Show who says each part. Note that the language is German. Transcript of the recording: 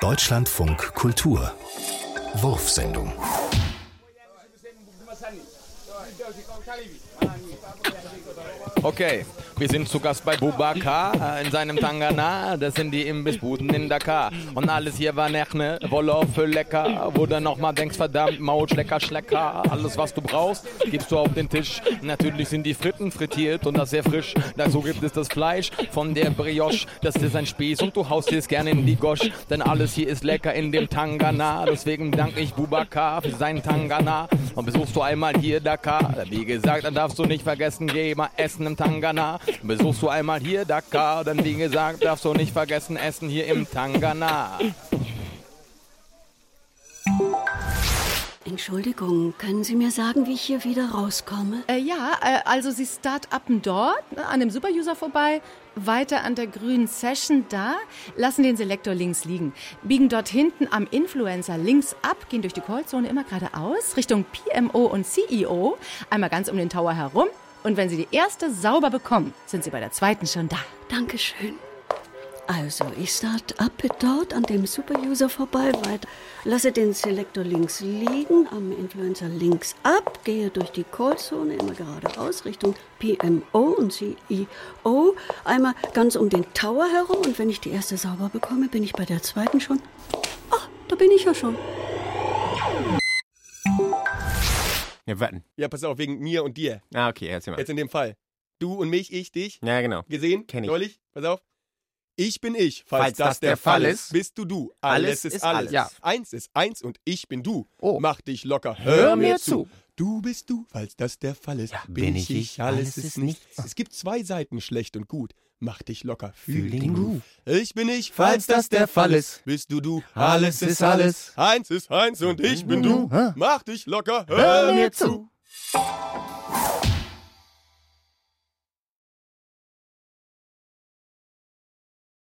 Speaker 1: Deutschlandfunk Kultur. Wurfsendung.
Speaker 2: Okay, wir sind zu Gast bei Bubakar in seinem Tangana. Das sind die Imbissbuden in Dakar. Und alles hier war Nechne, Wolle für lecker. Wo du nochmal denkst, verdammt, Maut, Schlecker, Schlecker. Alles, was du brauchst, gibst du auf den Tisch. Natürlich sind die Fritten frittiert und das sehr frisch. Dazu gibt es das Fleisch von der Brioche. Das ist ein Spieß und du haust dir es gerne in die Gosch. Denn alles hier ist lecker in dem Tangana. Deswegen danke ich Bubakar für seinen Tangana. Und besuchst du einmal hier Dakar. Wie gesagt, dann darfst du nicht vergessen, geh mal essen im Tangana. Besuchst du einmal hier Dakar, dann wie gesagt, darfst du nicht vergessen, essen hier im Tangana.
Speaker 3: Entschuldigung, können Sie mir sagen, wie ich hier wieder rauskomme?
Speaker 4: Äh, ja, äh, also Sie start upen dort, ne, an dem Superuser vorbei, weiter an der grünen Session da, lassen den Selektor links liegen, biegen dort hinten am Influencer links ab, gehen durch die Callzone immer geradeaus, Richtung PMO und CEO, einmal ganz um den Tower herum. Und wenn Sie die erste sauber bekommen, sind Sie bei der zweiten schon da.
Speaker 3: Dankeschön. Also, ich start up dort an dem Superuser vorbei, weiter, lasse den Selektor links liegen, am Influencer links ab, gehe durch die Callzone immer geradeaus Richtung PMO und CEO, einmal ganz um den Tower herum und wenn ich die erste sauber bekomme, bin ich bei der zweiten schon. Ah, da bin ich ja schon.
Speaker 5: Ja, warten.
Speaker 6: Ja, pass auf, wegen mir und dir.
Speaker 5: Ah, okay, erzähl mal.
Speaker 6: Jetzt in dem Fall. Du und mich, ich, dich.
Speaker 5: Ja, genau.
Speaker 6: Gesehen?
Speaker 5: Kenn ich.
Speaker 6: Neulich? Pass auf. Ich bin ich. Falls,
Speaker 5: Falls
Speaker 6: das, der Fall ist,
Speaker 5: ist,
Speaker 6: bist du du.
Speaker 5: alles
Speaker 6: Alles,
Speaker 5: ist
Speaker 6: ist alles.
Speaker 5: alles. Ja.
Speaker 6: Eins ist eins und ich bin du.
Speaker 5: Oh.
Speaker 6: Mach dich locker.
Speaker 5: Hör mir zu.
Speaker 6: Du bist du. Falls das der Fall ist, bin, ich ich. Alles, ist nichts. Es gibt zwei Seiten, schlecht und gut. Mach dich locker.
Speaker 5: Fühl
Speaker 6: Fühl,
Speaker 5: den Groove.
Speaker 6: Ich bin ich.
Speaker 5: Falls das der Fall ist,
Speaker 6: bist du du.
Speaker 5: alles ist alles.
Speaker 6: Eins ist eins und ich bin du. Mach dich locker.
Speaker 5: Hör mir zu.